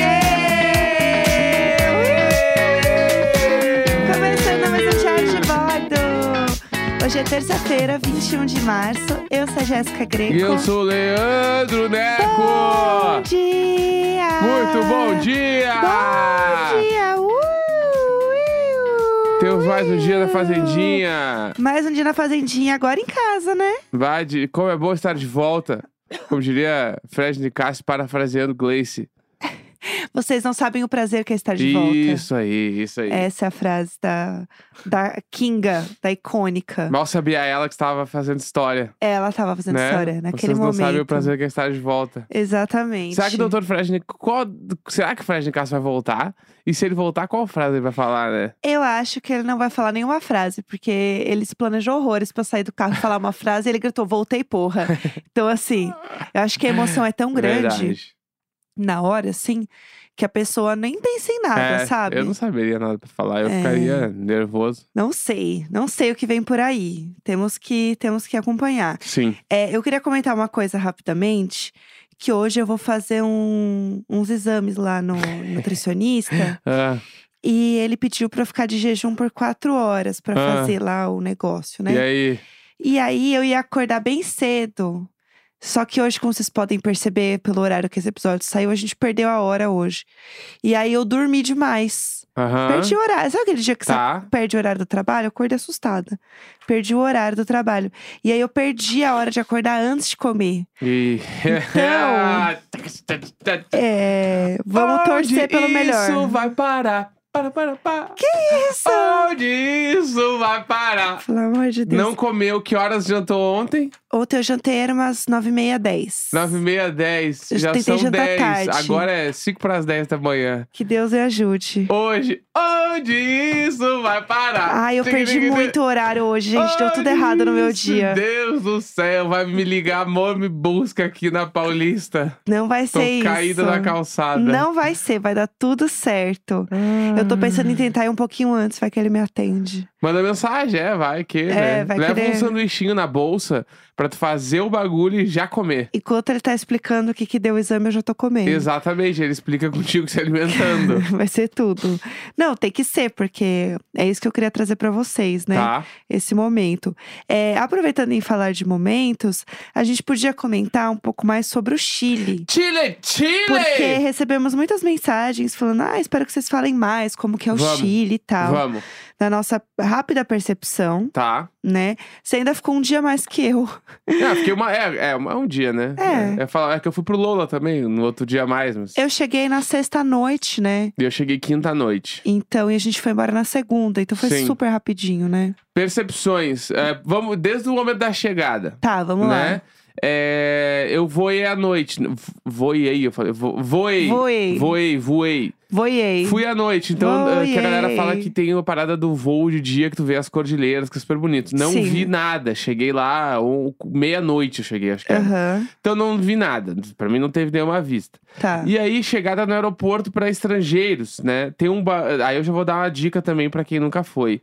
um Hoje é terça-feira, 21 de março. Eu sou a Jéssica Greco. E eu sou o Leandro Bom Neco! dia! Muito bom dia! Bom dia! Uh, uh, uh, Temos mais um dia na uh. Fazendinha. Mais um dia na Fazendinha, agora em casa, né? Vai de... Como é bom estar de volta. Como diria Fred Nicasso parafraseando Gleice. Vocês não sabem o prazer que é estar de volta. Isso aí, isso aí. Essa é a frase da, da Kinga, da icônica. Mal sabia ela que estava fazendo história. Ela tava fazendo né? história naquele Vocês não momento. sabem o prazer que é estar de volta. Exatamente. Será que o Dr. Fred Nicasso... Qual... Será que o Fred Nicasso vai voltar? E se ele voltar, qual frase ele vai falar, né? Eu acho que ele não vai falar nenhuma frase, porque ele se planejou horrores pra sair do carro e falar uma frase e ele gritou, voltei, porra. Então, assim, eu acho que a emoção é tão grande Verdade. na hora, assim, que a pessoa nem pensa em nada, É, Ah, sabe? Eu não saberia nada pra falar, eu É. ficaria nervoso. Não sei, não sei o que vem por aí. Temos que, temos que acompanhar. Sim. É, eu queria comentar uma coisa rapidamente, que hoje eu vou fazer um- uns exames lá no nutricionista. Ah, e ele pediu pra eu ficar de jejum por quatro horas pra Ah. fazer lá o negócio, né? E aí? E aí eu ia acordar bem cedo. Só que hoje, como vocês podem perceber pelo horário que esse episódio saiu, a gente perdeu a hora hoje. E aí eu dormi demais. Aham. Perdi o horário. Sabe aquele dia que Tá. você perde o horário do trabalho? Eu acordei assustada. Perdi o horário do trabalho. E aí eu perdi a hora de acordar antes de comer. E... Então- É. Vamos Onde torcer pelo melhor. Isso vai parar. Para, para, para. Que isso? Onde isso vai parar? Pelo amor de Deus. Não comeu, que horas jantou ontem? Ontem eu jantei era umas 9h30, 10. 9 e meia, 10. Eu Já tentei são jantar 10. tarde. Agora é 5 para as 10 da manhã. Que Deus me ajude. Hoje, onde isso vai parar? Ai, eu perdi muito horário hoje, gente. Deu tudo Ai, errado no meu meu dia. Deus do céu, vai me ligar, amor, me busca aqui na Paulista. Não vai Tô ser caído isso. na calçada. Não vai ser, vai dar tudo certo. Eu tô pensando em tentar ir um pouquinho antes, vai que ele me atende. Manda mensagem, é, vai que, né? vai Leva querer. um sanduichinho na bolsa pra tu fazer o bagulho e já comer. Enquanto ele tá explicando o que, que deu o exame, eu já tô comendo. Exatamente, ele explica contigo se alimentando. Vai ser tudo. Não, tem que ser, porque é isso que eu queria trazer pra vocês, né? Tá? Esse momento. É, aproveitando em falar de momentos, a gente podia comentar um pouco mais sobre o Chile. Chile, Chile! Porque é recebemos muitas mensagens falando, ah, espero que vocês falem mais como que é o Vamos. Chile e tal. Vamos, Na nossa rápida percepção, tá? né? Você ainda ficou um dia mais que eu. É, fiquei uma, é, é uma- um dia, né? É. É, falar, é que eu fui pro Lola também, no outro dia a mais, mas. Eu cheguei na sexta noite, né? E eu cheguei quinta-noite. Então, e a gente foi embora na segunda. Então foi Sim. super rapidinho, né? Percepções. é, vamos, desde o momento da chegada. Tá, vamos né? É, eu voei à noite. V- Voei, eu falei. vo- Voei. Voei. Voei, voei. lá. Voei. Fui à noite, então eh, que a galera Voei. fala que tem uma parada do voo de dia que tu vê as cordilheiras, que é super bonito. Não Sim. vi nada. Cheguei lá, um- meia-noite eu cheguei, acho que era. Aham, Então não vi nada. Pra mim não teve nenhuma vista. tá. E aí, chegada no aeroporto para estrangeiros, né? Tem um. ba- Aí eu já vou dar uma dica também para quem nunca foi.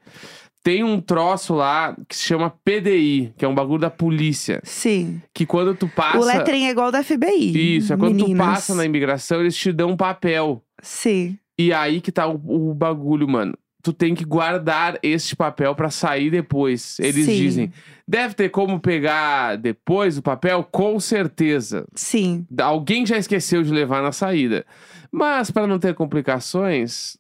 Tem um troço lá que se chama PDI, que é um bagulho da polícia. Sim. Que quando tu passa. O letrinho é igual da FBI. Isso, é quando tu meninas. passa na imigração, eles te dão um papel. Sim. E aí que tá o, o bagulho, mano. Tu tem que guardar este papel pra sair depois. Eles Sim. dizem. Deve ter como pegar depois o papel? Com certeza. Sim. Alguém já esqueceu de levar na saída. Mas pra não ter complicações,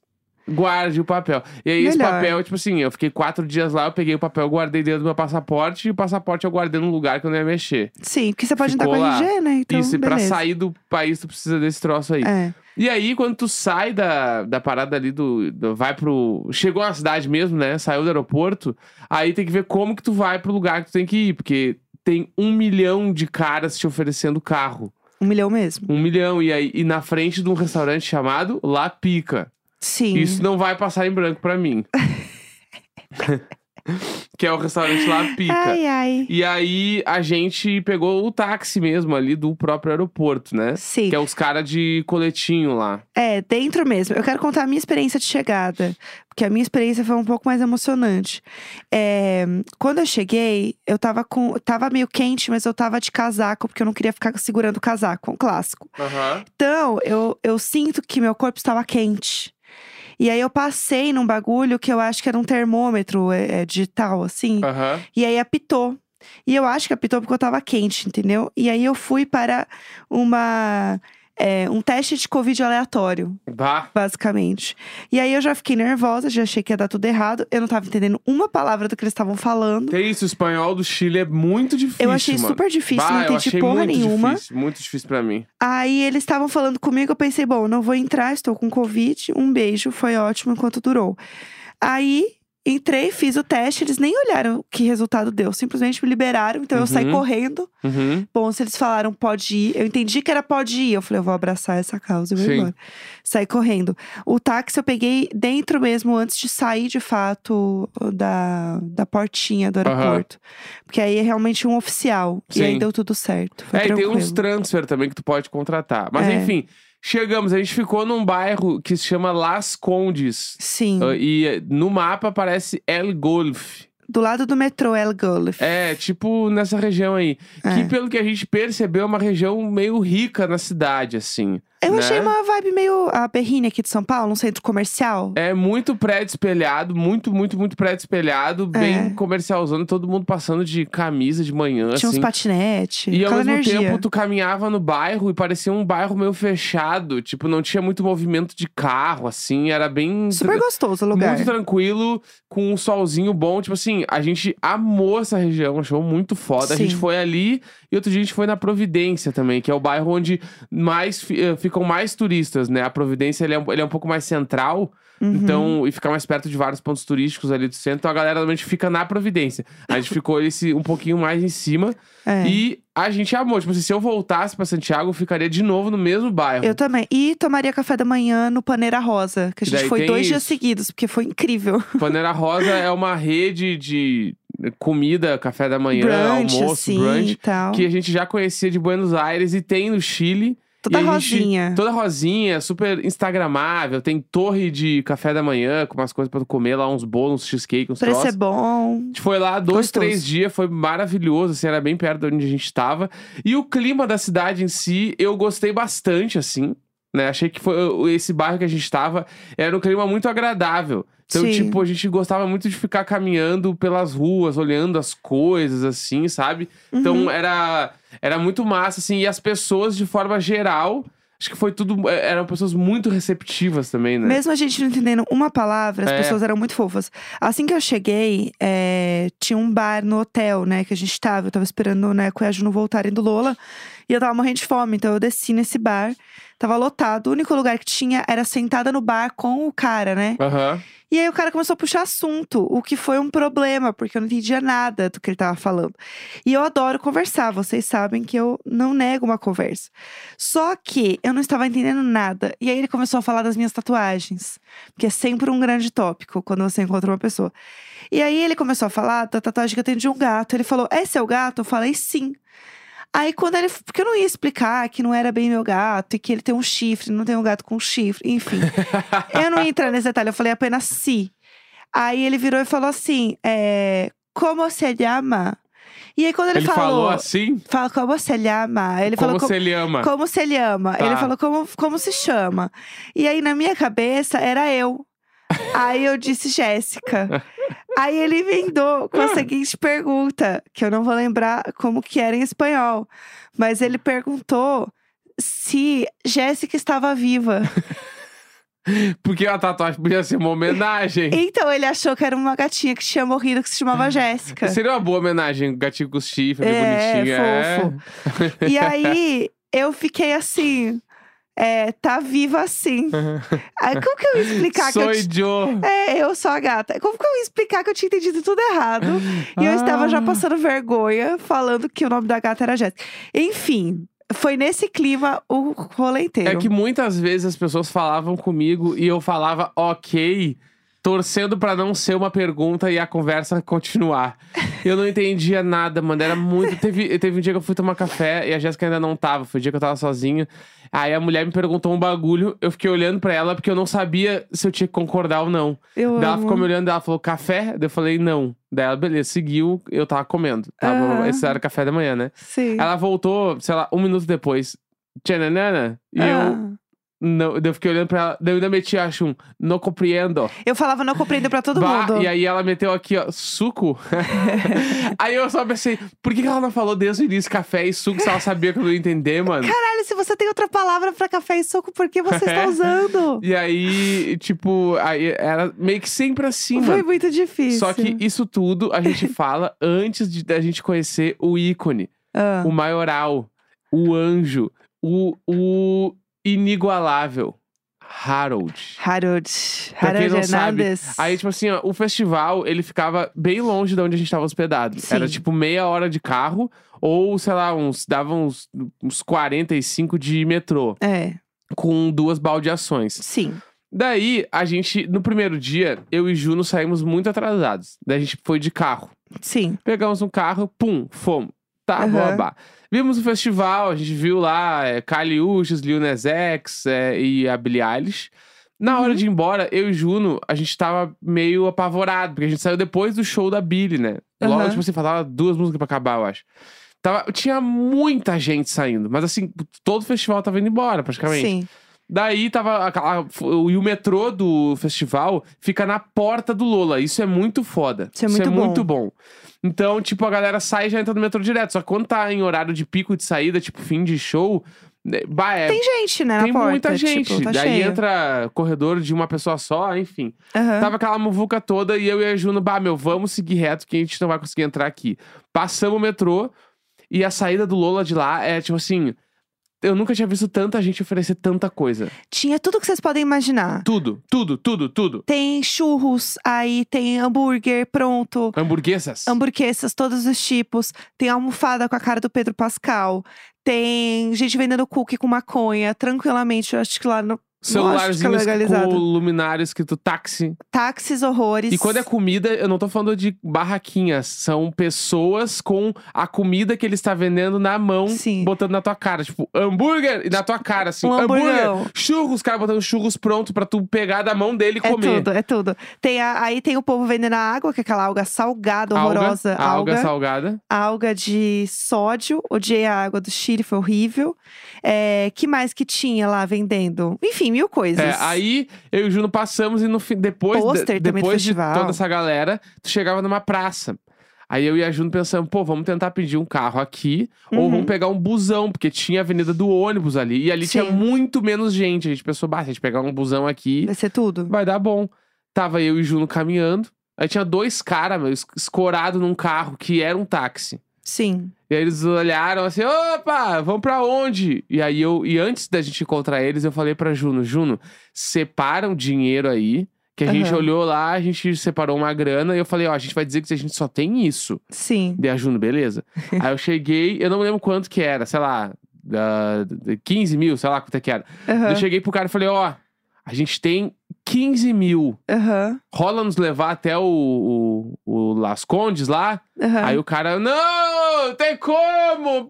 guarde o papel. E aí, esse Melhor. papel, tipo assim, eu fiquei quatro dias lá, eu peguei o papel, guardei dentro do meu passaporte, e o passaporte eu guardei num lugar que eu não ia mexer. Sim, porque você pode Ficou andar lá. com RG, né? Então, Isso, e pra beleza. sair do país, tu precisa desse troço aí. É. E aí, quando tu sai da, da parada ali do, do- Vai pro. Chegou na cidade mesmo, né? Saiu do aeroporto. Aí tem que ver como que tu vai pro lugar que tu tem que ir, porque tem um milhão de caras te oferecendo carro. Um milhão mesmo. Um milhão. E aí, e na frente de um restaurante chamado La Pica. Sim. Isso não vai passar em branco pra mim. que é o restaurante La Pica. Ai, ai. E aí a gente pegou o táxi mesmo ali do próprio aeroporto, né? Sim. Que é os caras de coletinho lá. É, dentro mesmo. Eu quero contar a minha experiência de chegada, porque a minha experiência foi um pouco mais emocionante. É, quando eu cheguei, eu tava com. Tava meio quente, mas eu tava de casaco, porque eu não queria ficar segurando o casaco, é um clássico. Aham. Então, eu, eu sinto que meu corpo estava quente. E aí eu passei num bagulho que eu acho que era um termômetro é, é, digital, assim. Aham. E aí apitou. E eu acho que apitou porque eu tava quente, entendeu? E aí eu fui para uma. é, um teste de Covid aleatório, Bah. basicamente. E aí eu já fiquei nervosa, já achei que ia dar tudo errado. Eu não tava entendendo uma palavra do que eles estavam falando. Tem isso, o espanhol do Chile é muito difícil. eu achei mano. super difícil, bah, não eu entendi achei porra muito nenhuma. Difícil, muito difícil pra mim. Aí eles estavam falando comigo, eu pensei, bom, não vou entrar, estou com Covid, um beijo, foi ótimo enquanto durou. Aí entrei, fiz o teste, eles nem olharam que resultado deu, simplesmente me liberaram, então eu saí Uhum. correndo. Uhum. Bom, se eles falaram pode ir, eu entendi que era pode ir, eu falei, eu vou abraçar essa causa e vou Sim. embora. Saí correndo. O táxi eu peguei dentro mesmo, antes de sair de fato da, da portinha do Aham. aeroporto. Porque aí é realmente um oficial, e aí Sim. deu tudo certo. Foi É, e tem tranquilo. uns transfer também que tu pode contratar. Mas É. enfim, chegamos. A gente ficou num bairro que se chama Las Condes. Sim. Ah, E eh, no mapa aparece El Golf. Do lado do metrô El Gulf. É, tipo nessa região aí. É. Que pelo que a gente percebeu, é uma região meio rica na cidade, assim. Eu né? achei uma vibe meio a berrine aqui de São Paulo, um centro comercial. É muito prédio espelhado, muito, muito, muito prédio espelhado, É. bem comercialzão, todo mundo passando de camisa de manhã, Tinha assim. uns patinete, E ao aquela mesmo energia. tempo, tu caminhava no bairro e parecia um bairro meio fechado. Tipo, não tinha muito movimento de carro, assim. Era bem. Super gostoso o lugar. Muito tranquilo, com um solzinho bom. Tipo assim, a gente amou essa região, achou muito foda. A gente Sim. foi ali e outro dia a gente foi na Providência também, que é o bairro onde mais fi- eh, ficam mais turistas, né? A Providência ele é, um, ele é um pouco mais central, Uhum. então, e fica mais perto de vários pontos turísticos ali do centro. Então a galera normalmente fica na Providência. A gente ficou esse, um pouquinho mais em cima É. e a gente amou. Tipo assim, se eu voltasse pra Santiago, eu ficaria de novo no mesmo bairro. Eu também. E tomaria café da manhã no Paneira Rosa, que a E gente daí foi tem dois dias isso. seguidos, porque foi incrível. Panera Rosa é uma rede de comida, café da manhã, brunch, almoço, assim e brunch, tal. que a gente já conhecia de Buenos Aires e tem no Chile. e Toda a gente- rosinha. Toda rosinha, super instagramável, tem torre de café da manhã com umas coisas pra tu comer lá, uns bolos, uns cheesecake, uns Preço é troços. bom. A gente foi lá dois, Gostoso. três dias, foi maravilhoso, assim, era bem perto de onde a gente tava. E o clima da cidade em si, eu gostei bastante, assim, né? Achei que foi esse bairro que a gente tava, era um clima muito agradável. Então, Sim. tipo, a gente gostava muito de ficar caminhando pelas ruas, olhando as coisas, assim, sabe? Então, Uhum. era, era muito massa, assim, e as pessoas, de forma geral, acho que foi tudo, eh, eram pessoas muito receptivas também, né? Mesmo a gente não entendendo uma palavra, as É. pessoas eram muito fofas. Assim que eu cheguei, é, tinha um bar no hotel, né, que a gente tava. Eu tava esperando, né, com a Juno voltarem do Lola. E eu tava morrendo de fome, então eu desci nesse bar. Tava lotado. O único lugar que tinha era sentada no bar com o cara, né? Aham. E aí o cara começou a puxar assunto, o que foi um problema, porque eu não entendia nada do que ele tava falando. E eu adoro conversar, vocês sabem que eu não nego uma conversa. Só que eu não estava entendendo nada. E aí ele começou a falar das minhas tatuagens, que é sempre um grande tópico quando você encontra uma pessoa. E aí ele começou a falar da tatuagem que eu tenho de um gato. Ele falou: "É seu gato?" Eu falei: "Sim". Aí quando ele. Porque eu não ia explicar que não era bem meu gato e que ele tem um chifre, não tem um gato com chifre, enfim. eu não ia entrar nesse detalhe, eu falei apenas se. Aí ele virou e falou assim: é, Como se llama? E aí quando ele, Ele falou. falou assim, Fala, como se llama? Ele como falou se ele ama. como se ele ama? Tá. Ele falou como, como se chama. E aí, na minha cabeça, era eu. aí eu disse Jéssica. Aí ele emendou com a Ah. seguinte pergunta, que eu não vou lembrar como que era em espanhol. Mas ele perguntou se Jéssica estava viva. Porque a tatuagem podia ser uma homenagem. Então ele achou que era uma gatinha que tinha morrido que se chamava Jéssica. Seria uma boa homenagem, gatinho com chifre, É, bonitinho. fofo. E aí eu fiquei assim, é, tá viva assim. Aí, como que eu ia explicar que Sou eu ti- Joe. É, eu sou a gata. Como que eu ia explicar que eu tinha entendido tudo errado? E eu estava já Ah. passando vergonha falando que o nome da gata era Jéssica. Enfim, foi nesse clima o rolê inteiro. É que muitas vezes as pessoas falavam comigo e eu falava ok, torcendo pra não ser uma pergunta e a conversa continuar. Eu não entendia nada, mano. Era muito. Teve, teve um dia que eu fui tomar café e a Jéssica ainda não tava. Foi o dia que eu tava sozinho. Aí a mulher me perguntou um bagulho. Eu fiquei olhando pra ela porque eu não sabia se eu tinha que concordar ou não. eu Daí ela amo. ficou me olhando, ela falou café? Daí eu falei não. Daí ela, beleza, seguiu, eu tava comendo. Tá, blá, blá, blá. Aham. Esse era o café da manhã, né? Sim. Ela voltou, sei lá, um minuto depois. Tchananana. E eu, Ah. Não, daí eu fiquei olhando pra ela. Daí eu ainda meti, acho, um. Não compreendo. Eu falava, não compreendo pra todo Bah, mundo. E aí ela meteu aqui, ó, suco. aí eu só pensei, por que que ela não falou desde o início café e suco se ela sabia que eu não ia entender, mano? Caralho, se você tem outra palavra pra café e suco, por que você É. está usando? E aí, tipo, aí era meio que sempre assim, Foi mano. muito difícil. Só que isso tudo a gente fala antes de da gente conhecer o ícone, Ah. o maioral, o anjo, o, o inigualável, Harold. Harold. Pra quem Harold não sabe, Hernandes. Aí, tipo assim, ó, o festival, ele ficava bem longe de onde a gente tava hospedado. Sim. Era tipo meia hora de carro, ou, sei lá, uns. Dava uns, uns 45 de metrô, É, com duas baldeações. sim. Daí, a gente, no primeiro dia, eu e Juno saímos muito atrasados. Daí a gente foi de carro. Sim. Pegamos um carro, pum, fomos. Tá, Aham. babá. Vimos o festival, a gente viu lá é, Kali Uchis, Lil Nas X é, e a Billie Eilish. Na hora Uhum. de ir embora, eu e Juno, a gente tava meio apavorado, porque a gente saiu depois do show da Billie, né? Logo, Aham. tipo assim, faltava duas músicas pra acabar, eu acho. Tava, tinha muita gente saindo, mas assim, todo o festival tava indo embora, praticamente. Sim. Daí tava. aquela- o- e o metrô do festival fica na porta do Lola. Isso é muito foda. Isso é muito bom. bom. Então, tipo, a galera sai e já entra no metrô direto. Só que quando tá em horário de pico de saída, tipo, fim de show. né, Bah, é, Tem gente, né? tem na porta. muita gente. Tipo, tá Daí cheio. entra corredor de uma pessoa só, enfim. Aham. Tava aquela muvuca toda e eu e a Juno, bah, meu, vamos seguir reto que a gente não vai conseguir entrar aqui. Passamos o metrô e a saída do Lola de lá é tipo assim. Eu nunca tinha visto tanta gente oferecer tanta coisa. Tinha tudo que vocês podem imaginar. Tudo, tudo, tudo, tudo. Tem churros, aí tem hambúrguer pronto. Hamburguesas. Hamburguesas, todos os tipos. Tem almofada com a cara do Pedro Pascal. Tem gente vendendo cookie com maconha, tranquilamente. Eu acho que lá no Celularzinhos Lógico que é legalizado. com luminária escrito táxi. táxis, horrores. E quando é comida, eu não tô falando de barraquinhas. São pessoas com a comida que ele está vendendo na mão, Sim. botando na tua cara. Tipo, hambúrguer e na tua cara, assim. Um hamburgão. Churros, os caras botando churros pronto pra tu pegar da mão dele e É comer. tudo, é tudo. Tem a- aí tem o povo vendendo a água, que é aquela alga salgada, Alga, horrorosa. alga, salgada. alga de sódio. Odiei a água do Chile, foi horrível. É, que mais que tinha lá vendendo? Enfim, mil coisas. É, aí eu e o Juno passamos e no fim, depois, Pôster também do depois de festival. toda essa galera, tu chegava numa praça. Aí eu e a Juno pensamos, pô, vamos tentar pedir um carro aqui ou Uhum. vamos pegar um busão, porque tinha a avenida do ônibus ali. E ali tinha Sim. muito menos gente. A gente pensou, bah, se a gente pegar um busão aqui, Vai ser tudo. vai dar bom. Tava eu e o Juno caminhando. Aí tinha dois caras, meu, escorado num carro que era um táxi. Sim. E aí eles olharam assim, opa, vamos pra onde? E aí eu, e antes da gente encontrar eles, eu falei pra Juno, Juno, separa um dinheiro aí, que a gente Aham. olhou lá, a gente separou uma grana, e eu falei, ó, a gente vai dizer que a gente só tem isso. Sim. E a Juno, beleza. aí eu cheguei, eu não lembro quanto que era, sei lá, ah, 15 mil, sei lá quanto é que era. Aham. Eu cheguei pro cara e falei, ó, a gente tem 15 mil, Aham. rola nos levar até o, o, o Las Condes lá? aham. Aí o cara, não, tem como,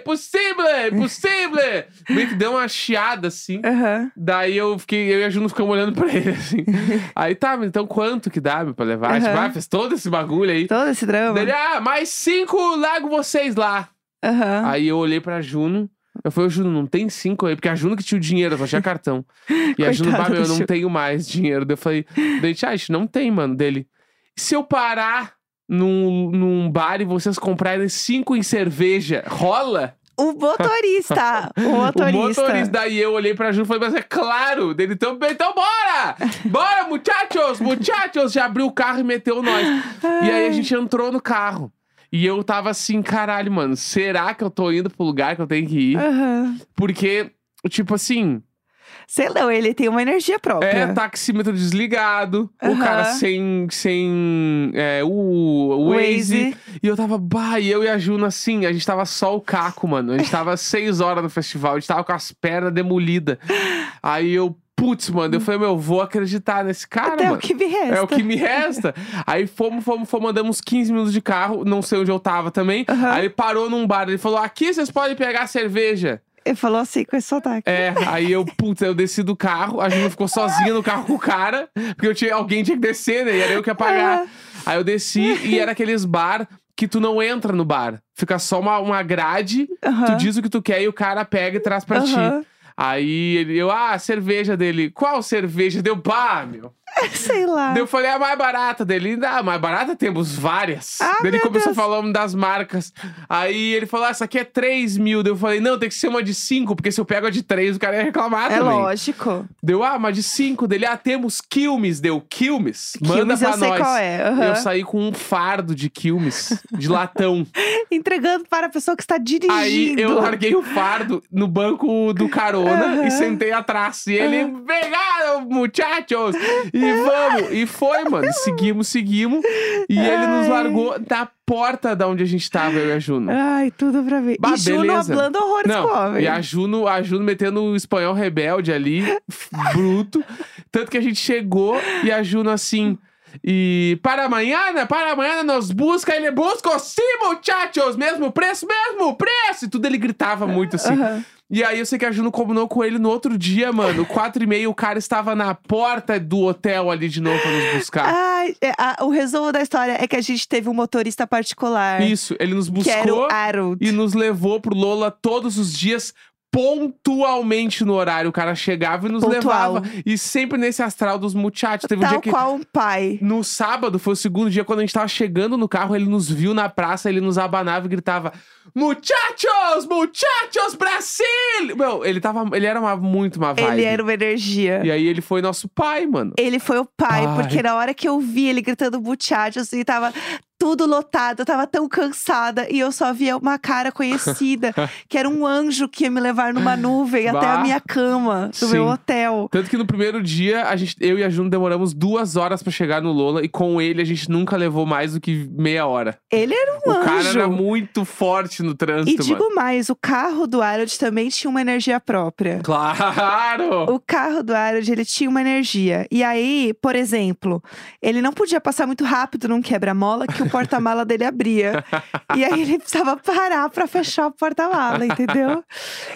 possível, possível, possível. Meio que deu uma chiada, assim. Aham. Daí eu fiquei, eu e a Juno ficamos olhando pra ele, assim. Aí tá, mas então quanto que dá meu, pra levar? Aham. Tipo, ah, fez todo esse bagulho aí. Todo esse drama. Daí ele, ah, mais cinco, largo vocês lá. Aham. Aí eu olhei pra Juno. Eu falei, ô, Juno, não tem cinco aí, porque a Juno que tinha o dinheiro, eu só tinha cartão. E a Juno, Coitada bah, meu, eu do não Ju." tenho mais dinheiro. Daí eu falei, daí, a gente, ah, a gente não tem, mano, dele. Se eu parar num, num bar e vocês comprarem cinco em cerveja, rola? O motorista. o motorista. O motorista. Daí eu olhei pra Juno e falei, mas é claro, dele também, então bora! Bora, muchachos, muchachos! Já abriu o carro e meteu nós. E aí a gente entrou no carro. E eu tava assim, caralho, mano, será que eu tô indo pro lugar que eu tenho que ir? Aham. Porque, tipo assim, Sei lá, ele tem uma energia própria. é taxímetro desligado, o Aham. cara sem, sem é, o Waze. Waze. E eu tava, bah, e eu e a Juna assim, a gente tava só o caco, mano. A gente tava seis horas no festival, a gente tava com as pernas demolidas. Aí eu, putz, mano, eu falei, meu, eu vou acreditar nesse cara, Até mano. o que me resta. É o que me resta. Aí fomos, fomos, fomos, andamos 15 minutos de carro, não sei onde eu tava também. Aham. Aí ele parou num bar, ele falou: aqui vocês podem pegar cerveja. Ele falou assim com esse sotaque. É, aí eu, puta, eu desci do carro, a Juna ficou sozinha no carro com o cara, porque eu tinha, alguém tinha que descer, né? E era eu que ia pagar. Aham. Aí eu desci e era aqueles bar que tu não entra no bar. Fica só uma, uma grade, Aham. tu diz o que tu quer e o cara pega e traz pra ti. Aham. Aí ele, eu, ah, cerveja dele. Qual cerveja? Deu pá, meu. Sei lá. Daí Eu falei, a mais barata dele. Ele, Ah, mais barata temos várias. Ah, Daí ele meu começou Deus. falando das marcas. Aí ele falou, ah, essa aqui é 3 mil. Daí eu falei, não, tem que ser uma de 5, porque se eu pego a de 3, o cara ia reclamar É também. lógico. Deu, ah, mas de 5 dele, ah, temos Quilmes, deu Quilmes. Manda Quilmes, pra eu sei nós. qual é. aham. Eu saí com um fardo de Quilmes, de latão. Entregando para a pessoa que está dirigindo. Aí eu larguei o fardo no banco do carona Aham. e sentei atrás. E ele, pegaram, muchachos! E vamos! E foi, mano. Seguimos, seguimos. E ele nos Ai. largou da porta da onde a gente tava, eu e a Juno. Ai, tudo pra ver. Bah, e Juno beleza. hablando horrores com Não, homem. e a Juno, a Juno metendo o espanhol rebelde ali, f- bruto. Tanto que a gente chegou e a Juno assim. E para amanhã, né? para amanhã nós busca, ele busca sim, muchachos, mesmo preço, mesmo preço. E tudo ele gritava muito assim. Aham. E aí eu sei que a Juno combinou com ele no outro dia, mano. Quatro e meia, o cara estava na porta do hotel ali de novo pra nos buscar. Ai, é, a- o resumo da história é que a gente teve um motorista particular. Isso, ele nos Que era buscou o Harold. e nos levou pro Lola todos os dias pontualmente no horário. O cara chegava e nos Pontual. levava. E sempre nesse astral dos muchachos. Teve um Tal dia que. qual um pai. No sábado, foi o segundo dia, quando a gente tava chegando no carro, ele nos viu na praça, ele nos abanava e gritava: Muchachos! Muchachos, Brasil! Meu, ele tava. Ele era uma, muito uma vibe. Ele era uma energia. E aí ele foi nosso pai, mano. Ele foi o pai, Pai. porque na hora que eu vi ele gritando buchachos e tava tudo lotado, eu tava tão cansada e eu só via uma cara conhecida, que era um anjo que ia me levar numa nuvem até a Bah. minha cama, do Sim. meu hotel. Tanto que no primeiro dia, a gente, eu e a Juno demoramos duas horas pra chegar no Lola, e com ele a gente nunca levou mais do que meia hora. Ele era um O anjo. cara era muito forte no e trânsito, mano. digo mais, o carro do Harold também tinha uma energia própria. Claro! O carro do Harold, ele tinha uma energia. E aí, por exemplo, ele não podia passar muito rápido num quebra-mola que o porta-mala dele abria. E aí ele precisava parar pra fechar o porta-mala, entendeu?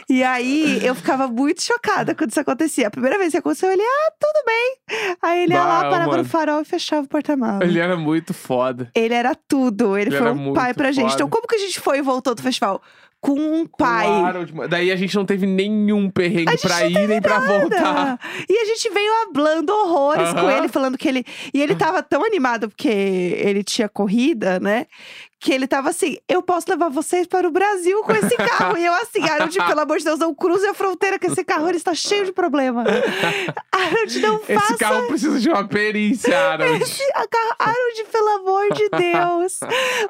E aí eu ficava muito chocada quando isso acontecia. A primeira vez que aconteceu, ele, ah, tudo bem. Aí ele ia lá, Bah, parava mano. no farol e fechava o porta-mala. Ele era muito foda. Ele era tudo, ele, Ele foi era um muito pai pra gente. foda. Então, como que a gente foi e voltou do festival? Com um pai. Claro, tipo, daí a gente não teve nenhum A perrengue gente pra ir nem pra voltar. nada. E a gente veio hablando horrores com Tá. Aham. ele, falando que ele. E ele tava tão animado porque ele tinha corrida, né? Que ele tava assim: eu posso levar vocês para o Brasil com esse carro. e eu assim, Harold, pelo amor de Deus, não cruze a fronteira com esse carro, ele está cheio de problema. Harold, não faça. Esse carro precisa de uma perícia, Harold. esse carro- Harold, pelo amor de Deus,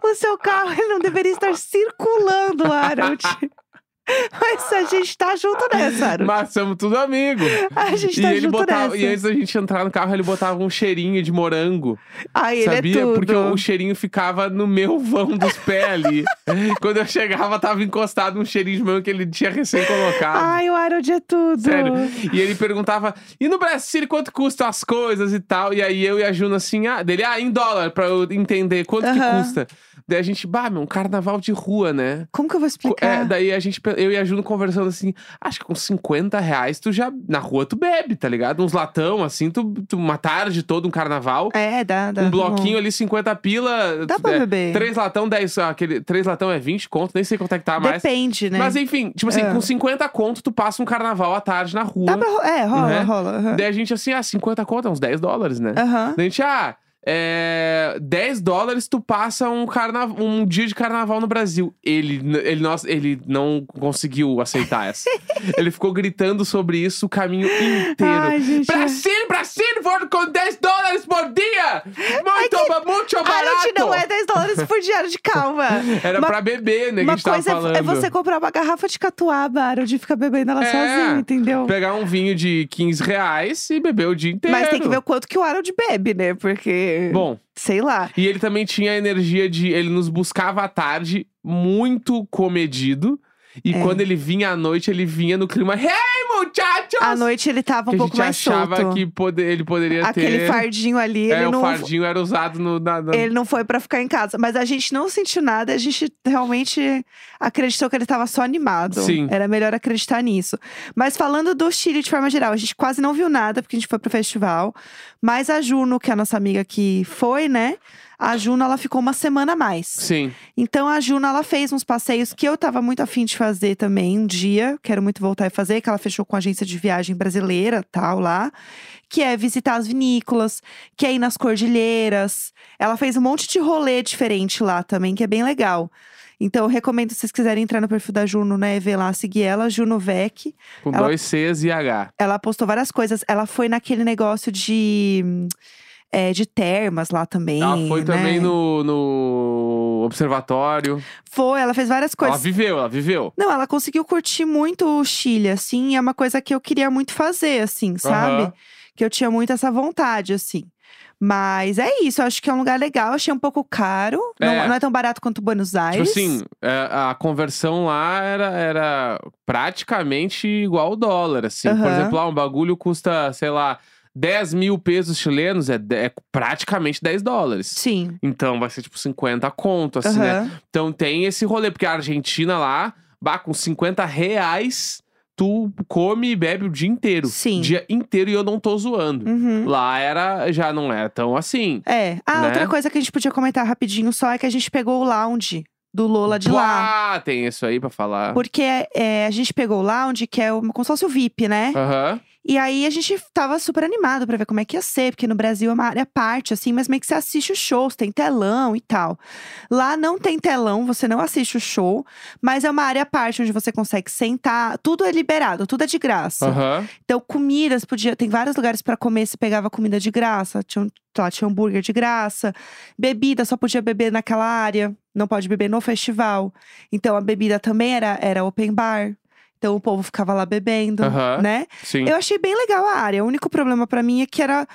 o seu carro ele não deveria estar circulando, Harold. Mas a gente tá junto nessa, Harold. Mas somos tudo amigo. A gente E tá ele junto botava, nessa. e antes da gente entrar no carro, ele botava um cheirinho de morango. Ai, ele sabia? é tudo. Porque o cheirinho ficava no meu vão dos pés ali. Quando eu chegava, tava encostado um cheirinho de morango que ele tinha recém colocado. Ai, o Harold é tudo. Sério. E ele perguntava, e no Brasil quanto custam as coisas e tal? E aí eu e a Juna assim, ah, dele, ah, em dólar, pra eu entender quanto que Aham. custa. Daí a gente, bah, meu, um carnaval de rua, né? Como que eu vou Co- explicar? É, daí a gente, pe- eu e a Juno conversando assim, acho que com 50 reais tu já, na rua tu bebe, tá ligado? Uns latão, assim, tu, tu uma tarde toda, um carnaval. É, dá, dá. Um tá bloquinho bom. ali, 50 pila. Dá pra é, beber. Três latão, 10. Aquele, três latão é 20 conto, nem sei quanto é que tá mais. Depende, né? Mas enfim, tipo assim, É. com 50 conto, tu passa um carnaval à tarde na rua. Dá pra... ro- É, rola, Né? rola. aham. Daí a gente assim, ah, 50 conto, é uns 10 dólares, né? Aham. Daí a gente, ah, é, 10 dólares tu passa um, carna... um dia de carnaval no Brasil. Ele, n- ele, nossa, ele não conseguiu aceitar essa. ele ficou gritando sobre isso o caminho inteiro. Ai, gente. Brasil, Brasil, vou com 10 dólares por dia! Muito, muito barato! Harold não é 10 dólares por dia, Harold, calma. Era uma, pra beber, né, que a uma gente tava coisa é- falando. é você comprar uma garrafa de catuaba, Harold, e ficar bebendo ela É. sozinho, entendeu? Pegar um vinho de 15 reais e beber o dia inteiro. Mas tem que ver o quanto que o Harold bebe, né? Porque, Bom, sei lá. e ele também tinha a energia de. Ele nos buscava à tarde, muito comedido. E É. quando ele vinha à noite, ele vinha no clima. Hey, muchachos! À noite ele tava um que a pouco gente mais achava solto. que pode- ele poderia Aquele ter. fardinho ali, é, ele o não fardinho era usado no. na- na- Ele não foi pra ficar em casa. Mas a gente não sentiu nada, a gente realmente acreditou que ele tava só animado. Sim. Era melhor acreditar nisso. Mas falando do Chile de forma geral, a gente quase não viu nada, porque a gente foi pro festival. Mas a Juno, que é a nossa amiga que foi, né? A Juna, ela ficou uma semana a mais. Sim. Então a Juna, ela fez uns passeios que eu tava muito afim de fazer também um dia. Quero muito voltar a fazer, que ela fechou com a agência de viagem brasileira, tal, lá. Que é visitar as vinícolas, que é ir nas cordilheiras. Ela fez um monte de rolê diferente lá também, que é bem legal. Então, eu recomendo, se vocês quiserem entrar no perfil da Juno, né, e ver lá, seguir ela, Juno Vec. Com Ela- dois Cs e H. Ela postou várias coisas. Ela foi naquele negócio de. hum, é, de termas lá também. Ela Ah, foi né? também no, no observatório. Foi, ela fez várias Ela coisas. viveu, ela viveu. Não, ela conseguiu curtir muito o Chile, assim. e É uma coisa que eu queria muito fazer, assim, sabe? Aham. Que eu tinha muito essa vontade, assim. Mas é isso, eu acho que é um lugar legal. Achei um pouco caro. É. Não, não é tão barato quanto Buenos Tipo Aires. assim, é, a conversão lá era, era praticamente igual ao dólar, assim. Por Aham. exemplo, lá um bagulho custa, sei lá, 10 mil pesos chilenos, é, de- é praticamente 10 dólares. Sim. Então vai ser tipo 50 conto, assim, né? Aham. Então tem esse rolê, porque a Argentina lá, bah, com 50 reais, tu come e bebe o dia inteiro. Sim. Dia inteiro e eu não tô zoando. Uhum. Lá era, já não era tão assim. É. Ah, Né? outra coisa que a gente podia comentar rapidinho só é que a gente pegou o lounge do Lola de lá. Ah, tem isso aí pra falar. Porque é, a gente pegou o lounge, que é uma, como se fosse o VIP, né? Aham. E aí a gente tava super animado pra ver como é que ia ser, porque no Brasil é uma área à parte, assim, mas meio que você assiste os shows, tem telão e tal. Lá não tem telão, você não assiste o show, mas é uma área à parte onde você consegue sentar, tudo é liberado, tudo é de graça. Aham. Então, comidas podia. Tem vários lugares pra comer, você pegava comida de graça. Tinha, um- lá tinha hambúrguer de graça. Bebida, só podia beber naquela área. Não pode beber no festival. Então, a bebida também era, era open bar. Então, o povo ficava lá bebendo, Aham. né? Sim. Eu achei bem legal a área. O único problema pra mim é que era.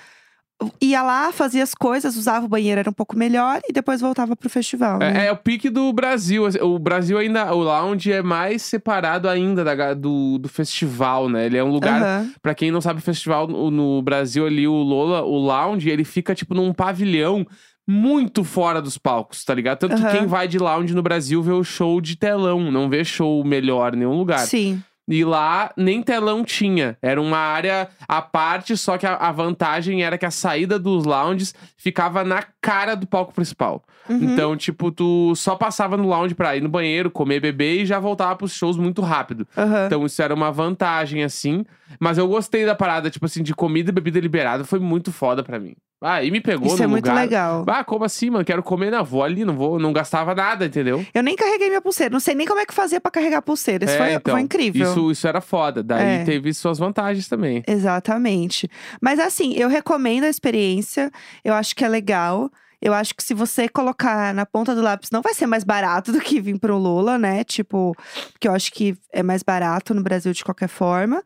Ia lá, fazia as coisas, usava o banheiro, era um pouco melhor. E depois voltava pro festival. né? É, é o pique do Brasil. assim, O Brasil ainda. O lounge é mais separado ainda da ga- do, do festival, né? Ele é um lugar. pra Aham. quem não sabe, o festival no, no Brasil ali, o Lola, o lounge, ele fica tipo num pavilhão muito fora dos palcos, tá ligado? Tanto Aham. que quem vai de lounge no Brasil vê o show de telão, não vê show melhor em nenhum lugar. Sim. E lá nem telão tinha. Era uma área à parte, só que a, a vantagem era que a saída dos lounges ficava na cara do palco principal. Uhum. Então, tipo, tu só passava no lounge pra ir no banheiro, comer, beber e já voltava pros shows muito rápido. Aham. Então, isso era uma vantagem, assim. Mas eu gostei da parada, tipo assim, de comida e bebida liberada. Foi muito foda pra mim. Ah, e me pegou Isso no é muito lugar. legal. Ah, como assim, mano? Quero comer, não. Vou ali, não vou, não gastava nada, entendeu? Eu nem carreguei minha pulseira. Não sei nem como é que fazia pra carregar a pulseira. Isso É, foi, então, foi incrível. Isso, isso era foda. Daí É. teve suas vantagens também. Exatamente. Mas assim, eu recomendo a experiência. Eu acho que é legal. Eu acho que se você colocar na ponta do lápis, não vai ser mais barato do que vir pro Lola, né? Tipo, porque eu acho que é mais barato no Brasil de qualquer forma.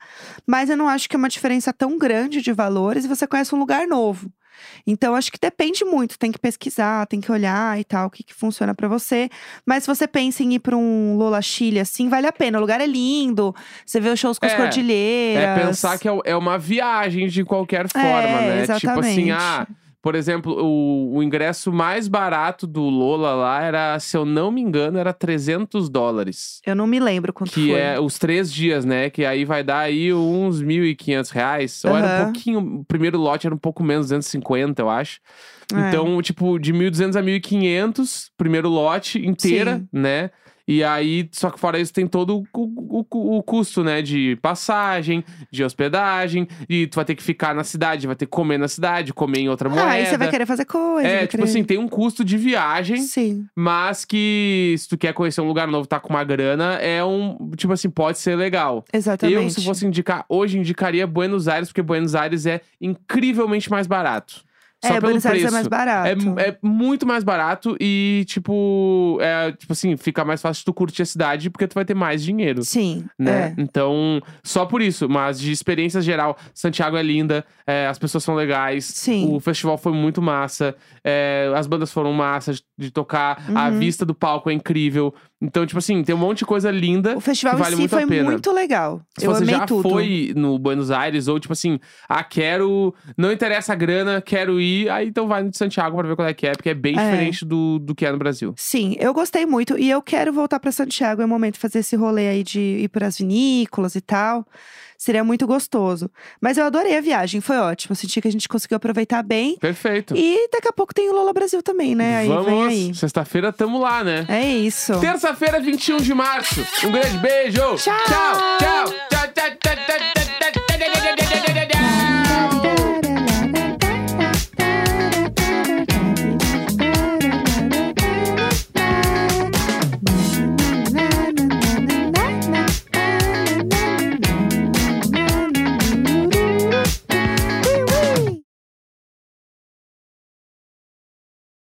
Mas eu não acho que é uma diferença tão grande de valores e você conhece um lugar novo. Então, acho que depende muito. Tem que pesquisar, tem que olhar e tal, o que, que funciona pra você. Mas se você pensa em ir pra um Lola Chile, assim, vale a pena. O lugar é lindo, você vê os shows com as É, é cordilheiras. É pensar que é, é uma viagem de qualquer forma, né? Tipo assim, É, exatamente. ah, por exemplo, o, o ingresso mais barato do Lola lá era, se eu não me engano, era 300 dólares. Eu não me lembro quanto Que foi. é os três dias, né? Que aí vai dar aí uns 1.500 reais. Ou era um Aham. pouquinho. O primeiro lote era um pouco menos, 250, eu acho. É. Então, tipo, de 1.200 a 1.500, primeiro lote inteira, Sim. né? E aí, só que fora isso, tem todo o, cu- o- o custo, né? De passagem, de hospedagem. E tu vai ter que ficar na cidade, vai ter que comer na cidade, comer em outra moeda. Ah, aí você vai querer fazer coisa. é, vai tipo querer- assim, tem um custo de viagem, Sim. mas que se tu quer conhecer um lugar novo, tá com uma grana, é um. Tipo assim, pode ser legal. Exatamente. Eu, se fosse indicar hoje, indicaria Buenos Aires, porque Buenos Aires é incrivelmente mais barato. É, Só pelo Buenos Aires preço. é mais barato. É, é muito mais barato e, tipo, é, tipo assim, fica mais fácil tu curtir a cidade porque tu vai ter mais dinheiro. Sim. Né? é. Então, só por isso, mas de experiência geral, Santiago é linda, é, as pessoas são legais, Sim. o festival foi muito massa, é, as bandas foram massas de, de tocar, a Uhum. vista do palco é incrível. Então, tipo assim, tem um monte de coisa linda. é. O festival vale em si muito a foi pena. muito legal. Se eu você amei já tudo. foi no Buenos Aires, ou tipo assim, ah, quero. Não interessa a grana, quero ir aqui, aí então vai no de Santiago pra ver qual é que é, porque é bem É. diferente do, do que é no Brasil. Sim, eu gostei muito e eu quero voltar para Santiago em um momento fazer esse rolê aí de ir para as vinícolas e tal. Seria muito gostoso. Mas eu adorei a viagem, foi ótimo. Eu Senti que a gente conseguiu aproveitar bem. Perfeito. E daqui a pouco tem o Lola Brasil também, né? Aí vem aí. Vamos, sexta-feira tamo lá, né? É isso. Terça-feira, 21 de março. Um grande beijo. Tchau. Tchau, tchau, tchau, tchau, tchau, tchau.